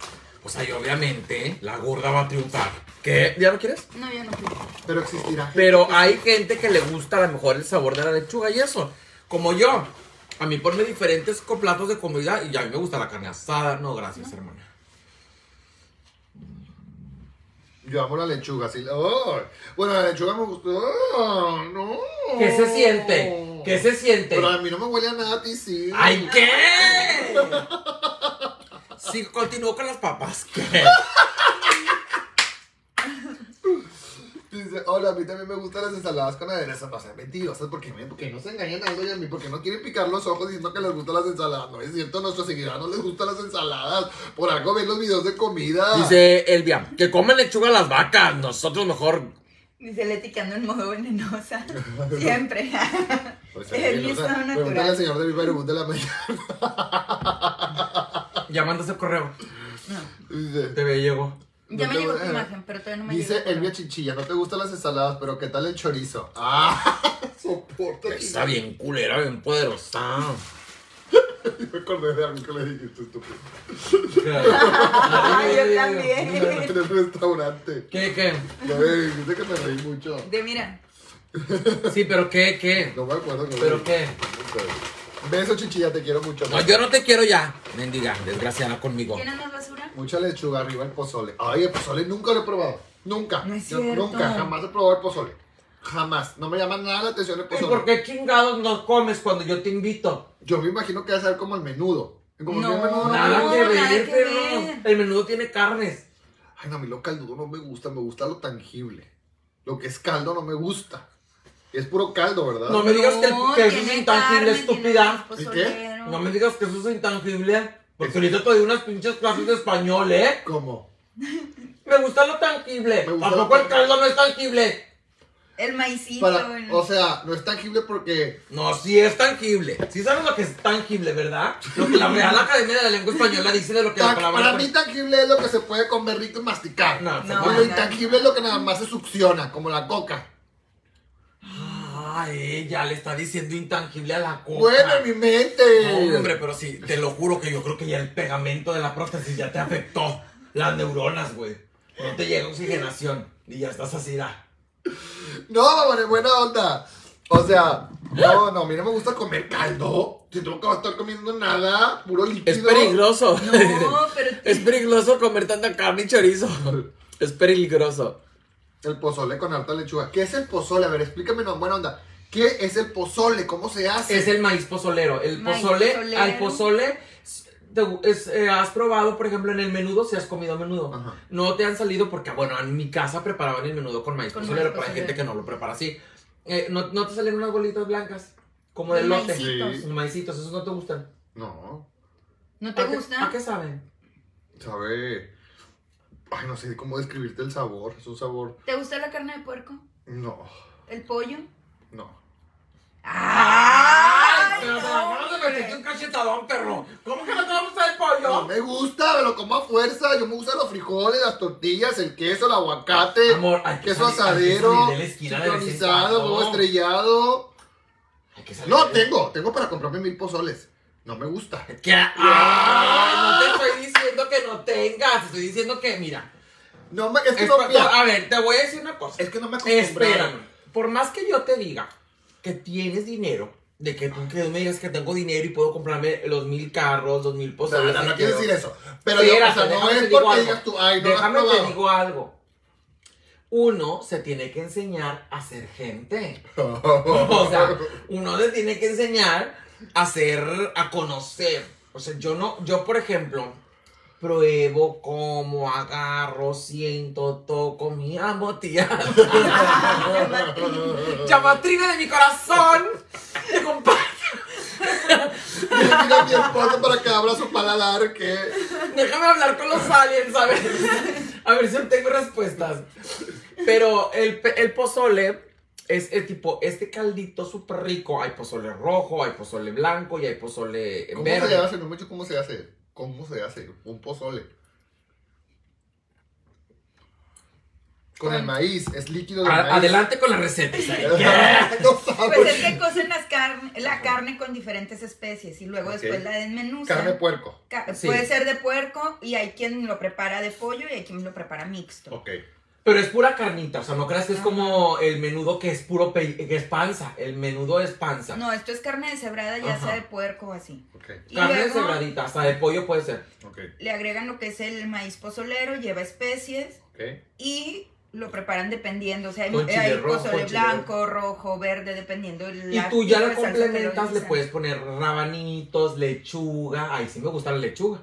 O sea, y obviamente la gorda va a triunfar. ¿Qué? ¿Ya no quieres?
No, ya no quiero.
Pero existirá gente.
Pero hay gente que le gusta a lo mejor el sabor de la lechuga y eso. Como yo. A mí ponme diferentes co- platos de comida y a mí me gusta la carne asada. No, gracias, hermana.
Yo amo la lechuga, sí. Oh, bueno, la lechuga me gustó. Oh, no.
¿Qué se siente? ¿Qué se siente?
Pero a mí no me huele a nada a ti, sí.
Este. ¡Ay, qué! Sí, continúo con las papas. ¿Qué?
Dice, hola, a mí también me gustan las ensaladas con aderezo. No sean mentirosas, porque, me- porque no se engañan a ella y a mí, porque no quieren picar los ojos diciendo que les gustan las ensaladas. No es cierto, a nuestros seguidores no les gustan las ensaladas. Por algo ven los videos de comida.
Dice Elvia, que comen lechuga las vacas, nosotros mejor.
Dice Leti que ando en modo
(laughs)
venenosa. Siempre.
Pues,
El
o sea,
guisado
Pregúntale al
natural.
señor de mi Perú de la mañana. (laughs)
Ya mandas el correo.
No.
Dice,
Te veo, llegó.
Ya
No
me
te
llegó
voy
tu
a-
imagen, pero todavía no me
Dice
llegó.
Elvia Chinchilla, no te gustan las ensaladas, pero ¿qué tal el chorizo? ¡Ah! (laughs) Soporto. (laughs)
Está bien culera, bien poderosa.
Me acordé de algo que le dijiste, estúpido.
(laughs)
(laughs)
Ay, yo también.
En el restaurante.
¿Qué, qué?
Ya me dijiste que me reí mucho.
De mira.
Sí, pero qué, qué.
No me acuerdo. que me
¿Pero
reí.
qué?
Beso, Chinchilla, te quiero mucho.
No, yo no te quiero ya. Mendiga, desgraciada conmigo.
¿Tienes más basura?
Mucha lechuga arriba el pozole. Ay, el pozole nunca lo he probado. Nunca.
No es
Yo
cierto.
Nunca, jamás he probado el pozole. Jamás. No me llama nada la atención el
¿Y
pozole.
Pues, por qué chingados no comes cuando yo te invito?
Yo me imagino que va a ser como el menudo. Y Como
No.
que el menudo no me
Nada
no,
que
nada
ver,
que ver.
pero El menudo tiene carnes.
Ay, no, a mí lo caldudo no me gusta, me gusta lo tangible. Lo que es caldo no me gusta. Es puro caldo, ¿verdad?
No me digas que,
No,
que eso es
tiene
intangible,
carne,
estúpida.
tiene
¿Y qué?
pozolero.
No me digas que eso es intangible. Porque ahorita te doy unas pinches clases de español, ¿eh?
¿Cómo?
Me gusta lo tangible.
Me gusta
Tampoco
lo-
el caldo no es tangible.
El maicito.
Para,
el-
o sea, no es tangible porque
No, sí es tangible. Sí sabes lo que es tangible, ¿verdad? Lo que la Real Academia de la Lengua Española dice de lo que la
tan-
palabra...
para mí tangible es lo que se puede comer rico y masticar.
No,
No,
Y
no.
lo intangible es lo que nada más se succiona, como la coca.
Ah, ella le está diciendo intangible a la coca.
Bueno, en mi mente.
No, hombre, pero sí, te lo juro que yo creo que ya el pegamento de la prótesis ya te afectó las neuronas, güey. No te llega oxigenación y ya estás así, da. pues.
No, hombre, buena onda. O sea, no, no, a mí no me gusta comer caldo. Si tengo que estar comiendo nada, puro líquido.
peligroso. (laughs)
(laughs) No, pero
peligroso comer tanta carne y (laughs) chorizo. Es peligroso.
El pozole con harta lechuga. ¿Qué es el pozole? A ver, explícame, no, buena onda. ¿Qué es el pozole? ¿Cómo se hace?
Es el maíz pozolero. El
Maíz
pozole,
pozolero.
al pozole, s- te gu- es, eh, has probado, por ejemplo, en el menudo, si has comido menudo.
Ajá.
No te han salido porque, ah, bueno, en mi casa preparaban el menudo con maíz
Con maíz
pozolero, pero hay
pozolero.
gente que no lo prepara así. Eh, ¿no, no te salen unas bolitas blancas? Como de
Los
lote.
maicitos.
Sí.
Los maicitos, esos no te gustan.
No,
¿No te
¿A qué- ¿A
gusta?
qué saben?
sabe. Ay, no sé cómo describirte el sabor. Es un sabor.
¿Te gusta la carne de puerco?
No,
¿El pollo?
no.
¡Ay!
Pero te acabas de meter un cachetadón, perro. ¿Cómo que no te va a gustar el
No
pollo?
me gusta, me lo como a fuerza. Yo me gustan los frijoles, las tortillas, el queso, el aguacate,
Amor, hay que
queso
salir- hay que
asadero,
salir de la esquina de vez en
sincronizado,
cuando.
huevo estrellado.
Hay que salir
No
de-
tengo, tengo para comprarme mil pozoles. No me gusta.
¿Qué? Ay, no te estoy diciendo que no tengas, estoy diciendo que, mira,
No me, es que
es
no,
pa-
mira,
a ver, te voy a decir una cosa.
es que no me
Espérame,
acostumbraron.
por más que yo te diga que tienes dinero, de que tú que me digas que tengo dinero y puedo comprarme los mil carros, los mil
O sea,
posadas.
no, no
que
quiero
quiero.
decir eso. Pero yo, o
Espérate,
sea, no
déjame te
es
digo
porque
algo.
digas tú, ay, no lo has
Déjame te
probado.
digo (laughs) algo. Uno se tiene que enseñar a ser gente.
(laughs)
O sea, uno le tiene que enseñar a ser, a conocer. O sea, yo no, yo por ejemplo, pruebo, como, agarro, siento, toco, mi amo, tía. Chamatrina de mi corazón. Te comparto.
Yo miro a mi esposo para que abra su paladar que...
Déjame hablar con los aliens, a ver, a ver si obtengo respuestas. Pero el, pe- el pozole es el tipo, este caldito súper rico. Hay pozole rojo, hay pozole blanco y hay pozole
¿Cómo se
verde.
hace? No me he cómo se hace. ¿Cómo se hace un pozole? Con el maíz, es líquido de
A-
maíz.
Ah, adelante con la receta. Isaí.
(laughs) no sabes.
Pues es que cocen las carne, la carne con diferentes especies y luego
Ok.
después la desmenuzan.
Carne puerco.
Ca-
Sí.
Puede ser de puerco y hay quien lo prepara de pollo y hay quien lo prepara mixto.
Ok.
Pero es pura carnita, o sea, no creas que es como el menudo que es puro pe- que es panza. El menudo es panza.
No, esto es carne deshebrada, ya
Ajá.
sea de puerco o así.
Ok.
Y
Carne
luego
deshebradita, hasta de pollo puede ser.
Ok.
le agregan lo que es el maíz pozolero, lleva especies
Ok.
y lo preparan dependiendo. O sea, hay,
Con chile
hay
rojo,
pozole
con chile
blanco, rojo, verde, dependiendo del
Y tú ya lo complementas, le puedes poner rabanitos, lechuga. Ay, sí me gusta la lechuga.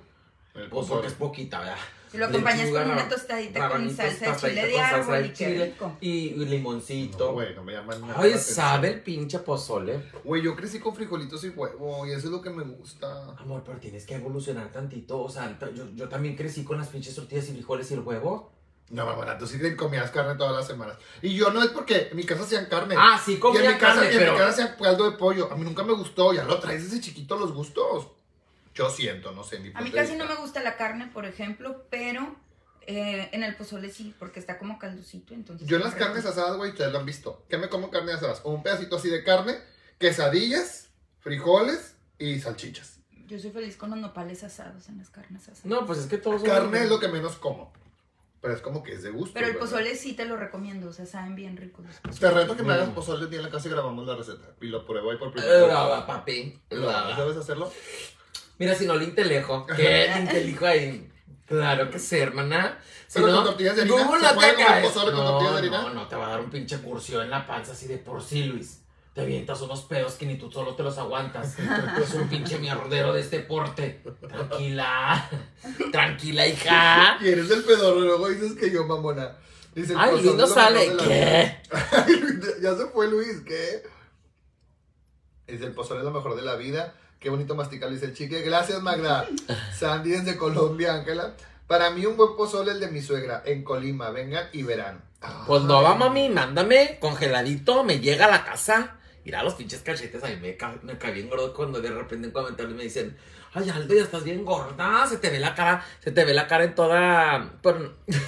Pues
El pozole.
porque es poquita, ¿verdad?
Y lo acompañas con una tostadita con
rabanitos,
salsa de
tostadita
chile de
con salsa
árbol
de
y qué
chile
rico.
Y y limoncito.
No, güey, no me llaman nada. la
Ay,
atención.
sabe el pinche pozole.
Güey, yo crecí con frijolitos y huevo y eso es lo que me gusta.
Amor, pero tienes que evolucionar tantito. O sea, ta- yo, yo también crecí con las pinches tortillas y frijoles y el huevo.
No, mamá, tú sí te comías carne todas las semanas. Y yo no es porque en mi casa hacían carne.
Ah, sí,
Y en
comía
mi casa,
carne,
y en mi
pero...
casa hacían caldo de pollo. A mí nunca me gustó. Ya lo traes desde chiquito los gustos. Yo siento, no sé. Mi
A mí
punto de
casi no
vista.
me gusta la carne, por ejemplo, pero eh, en el pozole sí, porque está como calducito, entonces...
Yo en las carnes asadas, güey, ustedes lo han visto. ¿Qué me como carne asadas? Un pedacito así de carne, quesadillas, frijoles y salchichas.
Yo soy feliz con los nopales asados en las carnes asadas.
No, pues es que todos... son-
Carne es
(laughs)
lo que menos como. Pero es como que es de gusto.
Pero el
¿verdad?
pozole sí te lo recomiendo, o sea, saben bien ricos los pozoles.
Te reto que me
Mm.
hagas pozole un día en la casa y grabamos la receta. Y lo pruebo ahí por primera
Eh,
vez.
brava, papi.
¿Lo hago?
brava.
¿Sabes hacerlo?
Mira, si no le intelejo. ¿Qué? Le intelijo ahí. Claro que sí, hermana. Si
Pero
no,
con tortillas de harina,
Google
¿se puede
no te
comer
caes.
pozole con
no,
tortillas de harina?
no, no, te va a dar un pinche cursión en la panza así de por sí, Luis. Te avientas unos pedos que ni tú solo te los aguantas. Tú eres un pinche mierdero de este porte. Tranquila. (laughs) Tranquila, hija.
Y eres el pedorro, y luego dices que yo, mamona. Dice, el
Ay,
pozole
Luis no
es lo mejor
sale.
de la vida.
¿Qué?
Ay, Luis, (laughs) ya se fue Luis, ¿qué? Dice, el pozole es lo mejor de la vida. Qué bonito masticar, dice el chique.
(laughs)
Gracias, Magda. Sandy desde Colombia, Ángela. Para mí un buen pozole el de mi suegra, en Colima. Vengan y verán.
Pues no
Ay.
va, mami, mándame congeladito, me llega a la casa. Mira los pinches cachetes, a mí me, ca- me cae bien gordo cuando de repente en comentarios me dicen, ay Aldo, ya estás bien gorda, se te ve la cara, se te ve la cara en toda... Pero... (laughs)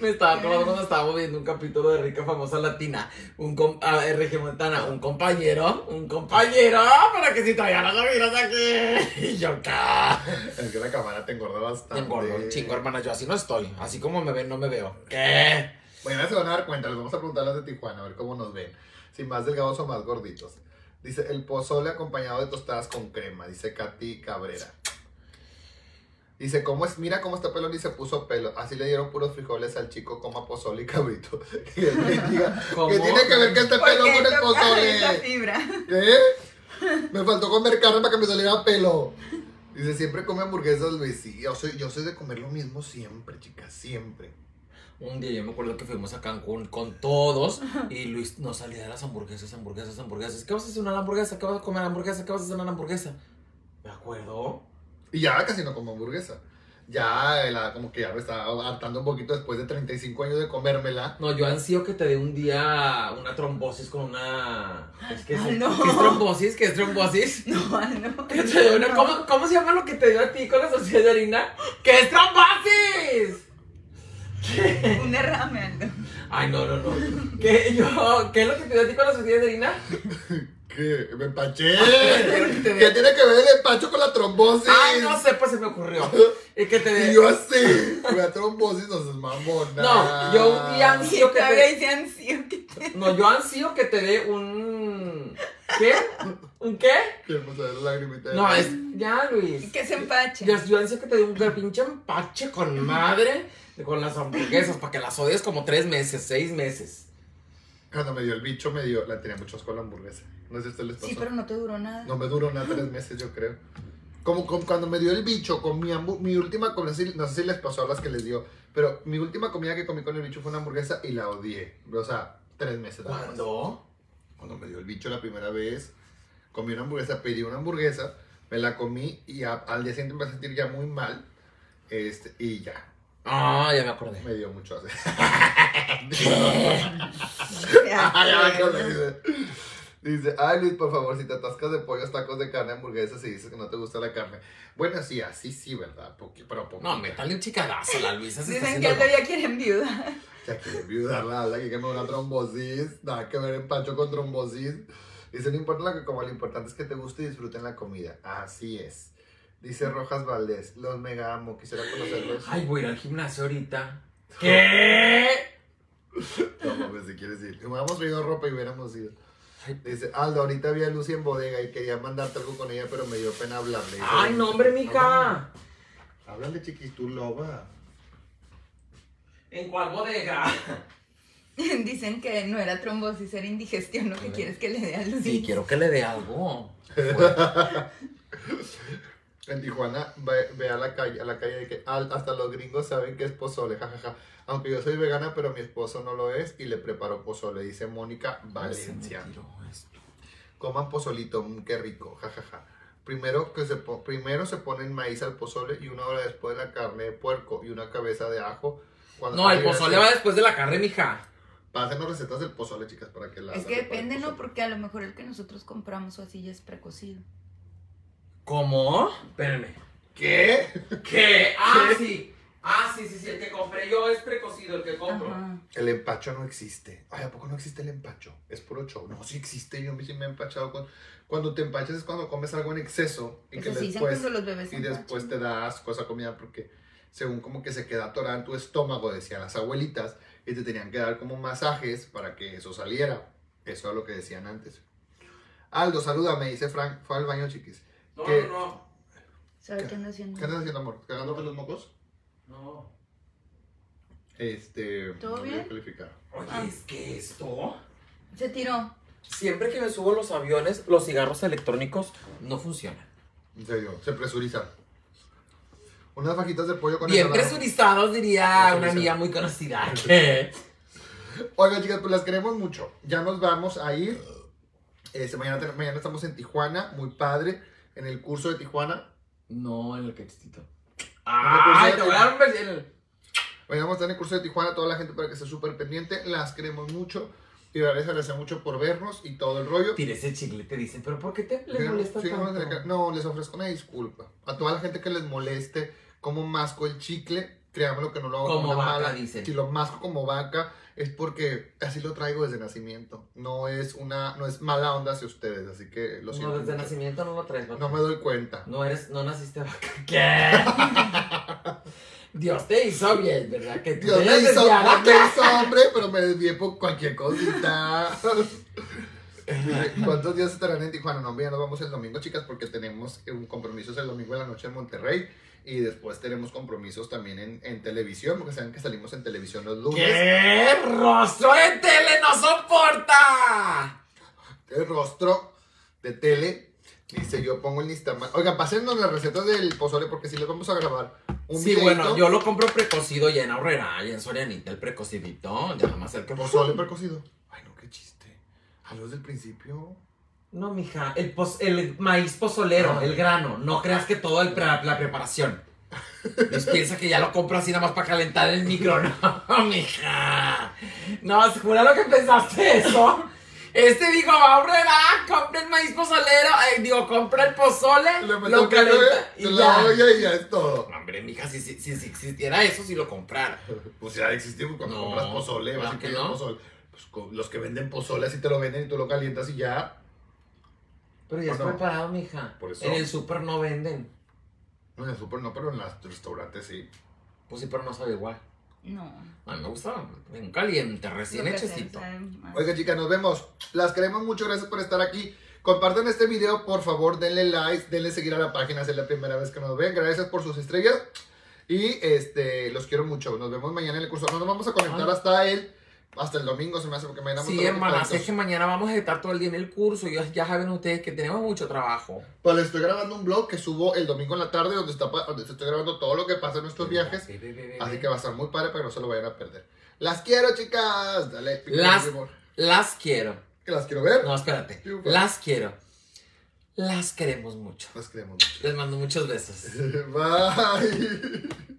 me estaba acordando cuando estábamos viendo un capítulo de Rica Famosa Latina, un com- a ver, RG Montana, un compañero, un compañero, para que si traía las amigas aquí, (laughs) y yo acá.
Es que la cámara te engorda
Me
bastante.
engordo un chingo, hermana, yo así no estoy, así como me ven, no me veo. ¿Qué?
Bueno, se van a dar cuenta, les vamos a preguntar a las de Tijuana, a ver cómo nos ven. Si más delgados o más gorditos. Dice, el pozole acompañado de tostadas con crema, dice Katy Cabrera. Dice, ¿cómo es? Mira cómo está pelón y se puso pelo. Así le dieron puros frijoles al chico, coma pozole y cabrito. (laughs) Y él le diga,
¿Cómo?
¿qué tiene que ver que esté
Porque
pelón con el
toca esa
pozole?
fibra. (laughs)
¿Qué? Me faltó comer carne para que me saliera pelo. Dice, siempre come hamburguesas, Luis. Sí, yo soy, yo soy de comer lo mismo siempre, chicas, siempre.
Un día yo me acuerdo que fuimos a Cancún con todos y Luis nos salía de las hamburguesas, hamburguesas, hamburguesas. ¿Qué vas a hacer una hamburguesa? ¿Qué vas a comer hamburguesa? ¿Qué vas a hacer una hamburguesa? Me acuerdo.
Y ya casi no como hamburguesa. Ya, la, como que ya me estaba hartando un poquito después de 35 años de comérmela.
No, yo ansío que te dé un día una trombosis con una... Es que es,
Ay, no.
¿qué es trombosis? ¿Qué es
(laughs)
trombosis?
No, ah, no.
Que te dé una-
No.
¿Cómo, cómo se llama lo que te dio a ti con la sociedad de harina? ¿Qué es trombosis?
Un derrame, Aldo.
Ay, no, no, no. ¿Qué, yo, ¿qué es lo que te dio a ti con la sociedad de harina?
¿Qué?
(laughs)
¡Me empaché!
Quiero que te
¿Qué
dé-
tiene que ver el empacho con la trombosis?
Ay, no sé, pues se me ocurrió. Y que te dé-
Y yo así, la trombosis nos es mamona.
No, yo un día
Sí,
ansío que
todavía
te...
dice ansío que te-
No, yo ansío que te dé un... ¿Qué? ¿Un qué?
Queremos saber la lagrimita. de-
No, es... Ya,
Pues,
Luis.
que se empache.
Yo, yo ansío que te dé un pinche empache con madre con las hamburguesas para que las odies como tres meses, seis meses.
Cuando me dio el bicho, me dio... La tenía muchos con la hamburguesa. No sé si a ustedes les pasó.
Sí, pero no te duró nada.
pues, No me duró nada tres meses, yo creo. Como, como cuando me dio el bicho con mi, hambu- mi última comida, sí, no sé si les pasó a las que les dio, pero mi última comida que comí con el bicho fue una hamburguesa y la odié. O sea, tres meses. nada más.
¿Cuándo?
Cuando me dio el bicho la primera vez, comí una hamburguesa, pedí una hamburguesa, me la comí y a- al día siguiente me empecé a sentir ya muy mal. Este, y ya,
Ah, ya me acordé.
me dio mucho (laughs) así.
(laughs) Ya,
Ay, ay, ¿qué le dice? Dice, ay Luis, por favor, si te atascas de pollos, tacos de carne, hamburguesas y dices que no te gusta la carne. Bueno, sí, así sí, ¿verdad? Poqui- pero pues, poquita.
No, métale un chicadazo a la Luisa. Se está
Dicen
haciendo
que Aldo
loca.
ya quieren viuda.
Ya que viuda, la ala, que queme una trombosis. Nada que ver empacho con trombosis. Dice, no importa lo que como, lo importante es que te guste y disfruten la comida. Así es. Dice Rojas Valdés, los mega amo, quisiera conocerlos.
Ay, voy a ir al gimnasio ahorita. ¿Qué?
No, mames, si quieres ir. Si hubiéramos traído ropa y hubiéramos ido.
Ay.
Dice, Aldo, ahorita vi a Lucy en bodega y quería mandarte algo con ella, pero me dio pena hablarle.
Ay, no, hombre, mija.
Háblale, chiquis, tú loba.
¿En cuál bodega?
(laughs) Dicen que no era trombosis, era indigestión lo que quieres que le dé a
(laughs)
los
Sí, quiero que le dé algo.
En Tijuana, ve, ve a la calle, a la calle de que "Al- hasta los gringos saben que es pozole, jajaja. Aunque yo soy vegana, pero mi esposo no lo es y le preparó pozole, dice Mónica Valencia. Coman pozolito, mm, qué rico, jajaja. Primero, que se po- primero se ponen maíz al pozole y una hora después la carne de puerco y una cabeza de ajo. Cuando
No, el
llegue a
pozole
ser-
va después de la carne, mija.
Pásenos recetas del pozole, chicas, para que la.
Es
la
que
preparen
depende, ¿no?
pozole.
Porque a lo mejor el que nosotros compramos o así ya es precocido.
¿Cómo? Espérenme.
¿Qué?
¿Qué? Ah, sí. Ah, sí, sí, sí. El que compré yo es precocido, el que compro.
Ajá.
El empacho no existe. Ay, ¿a poco no existe el empacho? Es puro show. No, sí existe. Yo sí me he empachado con. Cuando te empachas es cuando comes algo en exceso y
Eso
que
sí, dicen
después.
cuando los bebés se
Y después te
empachan.
da asco esa comida porque según como que se queda atorada en tu estómago, decían las abuelitas, y te tenían que dar como masajes para que eso saliera. Eso es lo que decían antes. Aldo, salúdame, dice Frank. Fue al baño, chiquis.
No,
¿Qué?
no,
¿Sabe qué anda haciendo?
¿Qué estás haciendo, amor? ¿Cagándote los mocos?
no.
Este.
¿Todo
no voy a
bien?
calificar.
No. Oye,
Ah.
es que esto.
Se tiró.
Siempre que me subo a los aviones, los cigarros electrónicos no funcionan.
En serio, se presuriza. Unas fajitas de pollo con
Bien
ensalada.
presurizados, diría una
Presurizado.
amiga muy (laughs) conocida. ¿Qué?
Oigan, chicas, pues las queremos mucho. Ya nos vamos a ir. Este, mañana, ten- mañana estamos en Tijuana, muy padre, en el curso de Tijuana.
No, en el cachetito.
Ay,
Ay, te voy a dar un beso en el-
Mañana vamos a estar en el curso de Tijuana, toda la gente para que esté súper pendiente. Las queremos mucho y les agradecemos mucho por vernos y todo el rollo.
Tira ese chicle, te dicen, pero ¿por qué te le
Sí,
molesta
sí, vamos a
tanto?
tener que- No, les ofrezco una disculpa. A toda la gente que les moleste, como masco el chicle, créanme que no lo hago
Como
una
vaca, dicen.
Si lo masco como vaca, es porque así lo traigo desde nacimiento. No es una, no es mala onda hacia ustedes, así que lo siento.
No, desde
mucho.
nacimiento no lo traes, vaca.
No me doy cuenta.
No eres, no naciste (laughs) vaca. ¿Qué? Dios te hizo bien, ¿verdad? Que tú
Dios me
eres
hizo,
desviada.
me hizo hombre, pero me desvié por cualquier cosita. Eh, ¿Cuántos días estarán en Tijuana? No, mira, nos vamos el domingo, chicas, porque tenemos un compromiso el domingo en la noche en Monterrey. Y después tenemos compromisos también en, en televisión, porque saben que salimos en televisión los lunes.
¡Qué rostro de tele no soporta!
El rostro de tele. Dice, yo pongo el Instagram. Oiga, pásennos las recetas del pozole, porque si les vamos a grabar un
sí,
videíto.
bueno, yo lo compro precocido ya en Aurrera, ya en Sorianita, el precocidito, ya nada más el
Pozole precocido. Ay, no, qué chiste. A los del principio.
No, mija, el, pos- el maíz pozolero,
Ah.
el grano. No creas que todo el pre- la preparación. Pues piensa que ya lo compro así nada más para calentar el micro. (laughs) No, mija. No, jura lo que pensaste eso. Este dijo, va a compra el maíz pozolero. eh, digo, compra el pozole,
Le
lo,
meto que
calenta y
se la
ya.
olla y ya es todo.
No, Hombre, mija, si, si, si, si existiera eso, si lo comprara.
Pues ya existimos cuando
No,
compras pozole, vas
claro
y
que
pides
no.
pozole. Pues co- los que venden pozole así te lo venden y tú lo calientas y ya.
Pero ya
¿O
es
no?
preparado, mija.
Por eso.
En el súper no venden.
No, en el súper no, pero en los restaurantes sí.
Pues sí, pero no sabe igual.
No.
A mí me gusta en caliente, recién
Lo que
hechecito.
sea, sabe más.
Oiga, chicas, nos vemos. Las queremos mucho, gracias por estar aquí. Compartan este video, por favor, denle like, denle seguir a la página, si es la primera vez que nos ven. Gracias por sus estrellas. Y este, los quiero mucho. Nos vemos mañana en el curso. No nos vamos a conectar
Ah.
hasta el, hasta el domingo, se me hace porque mañana vamos a
Sí,
estar
hermana,
ocupados.
es que mañana vamos a estar todo el día en el curso. y ya saben ustedes que tenemos mucho trabajo.
Pues les estoy grabando un vlog que subo el domingo en la tarde donde, está, pa- donde estoy grabando todo lo que pasa en nuestros viajes.
Ve, ve, ve, ve,
Así
ve.
que va a estar muy padre para que no se lo vayan a perder. Las quiero, chicas. Dale, pico,
Las-
amor.
Las quiero.
Que las quiero ver.
No, espérate.
Sí, pues. bueno.
Las quiero. Las queremos mucho.
Las queremos
Les mando muchos besos.
mucho. (laughs) Bye.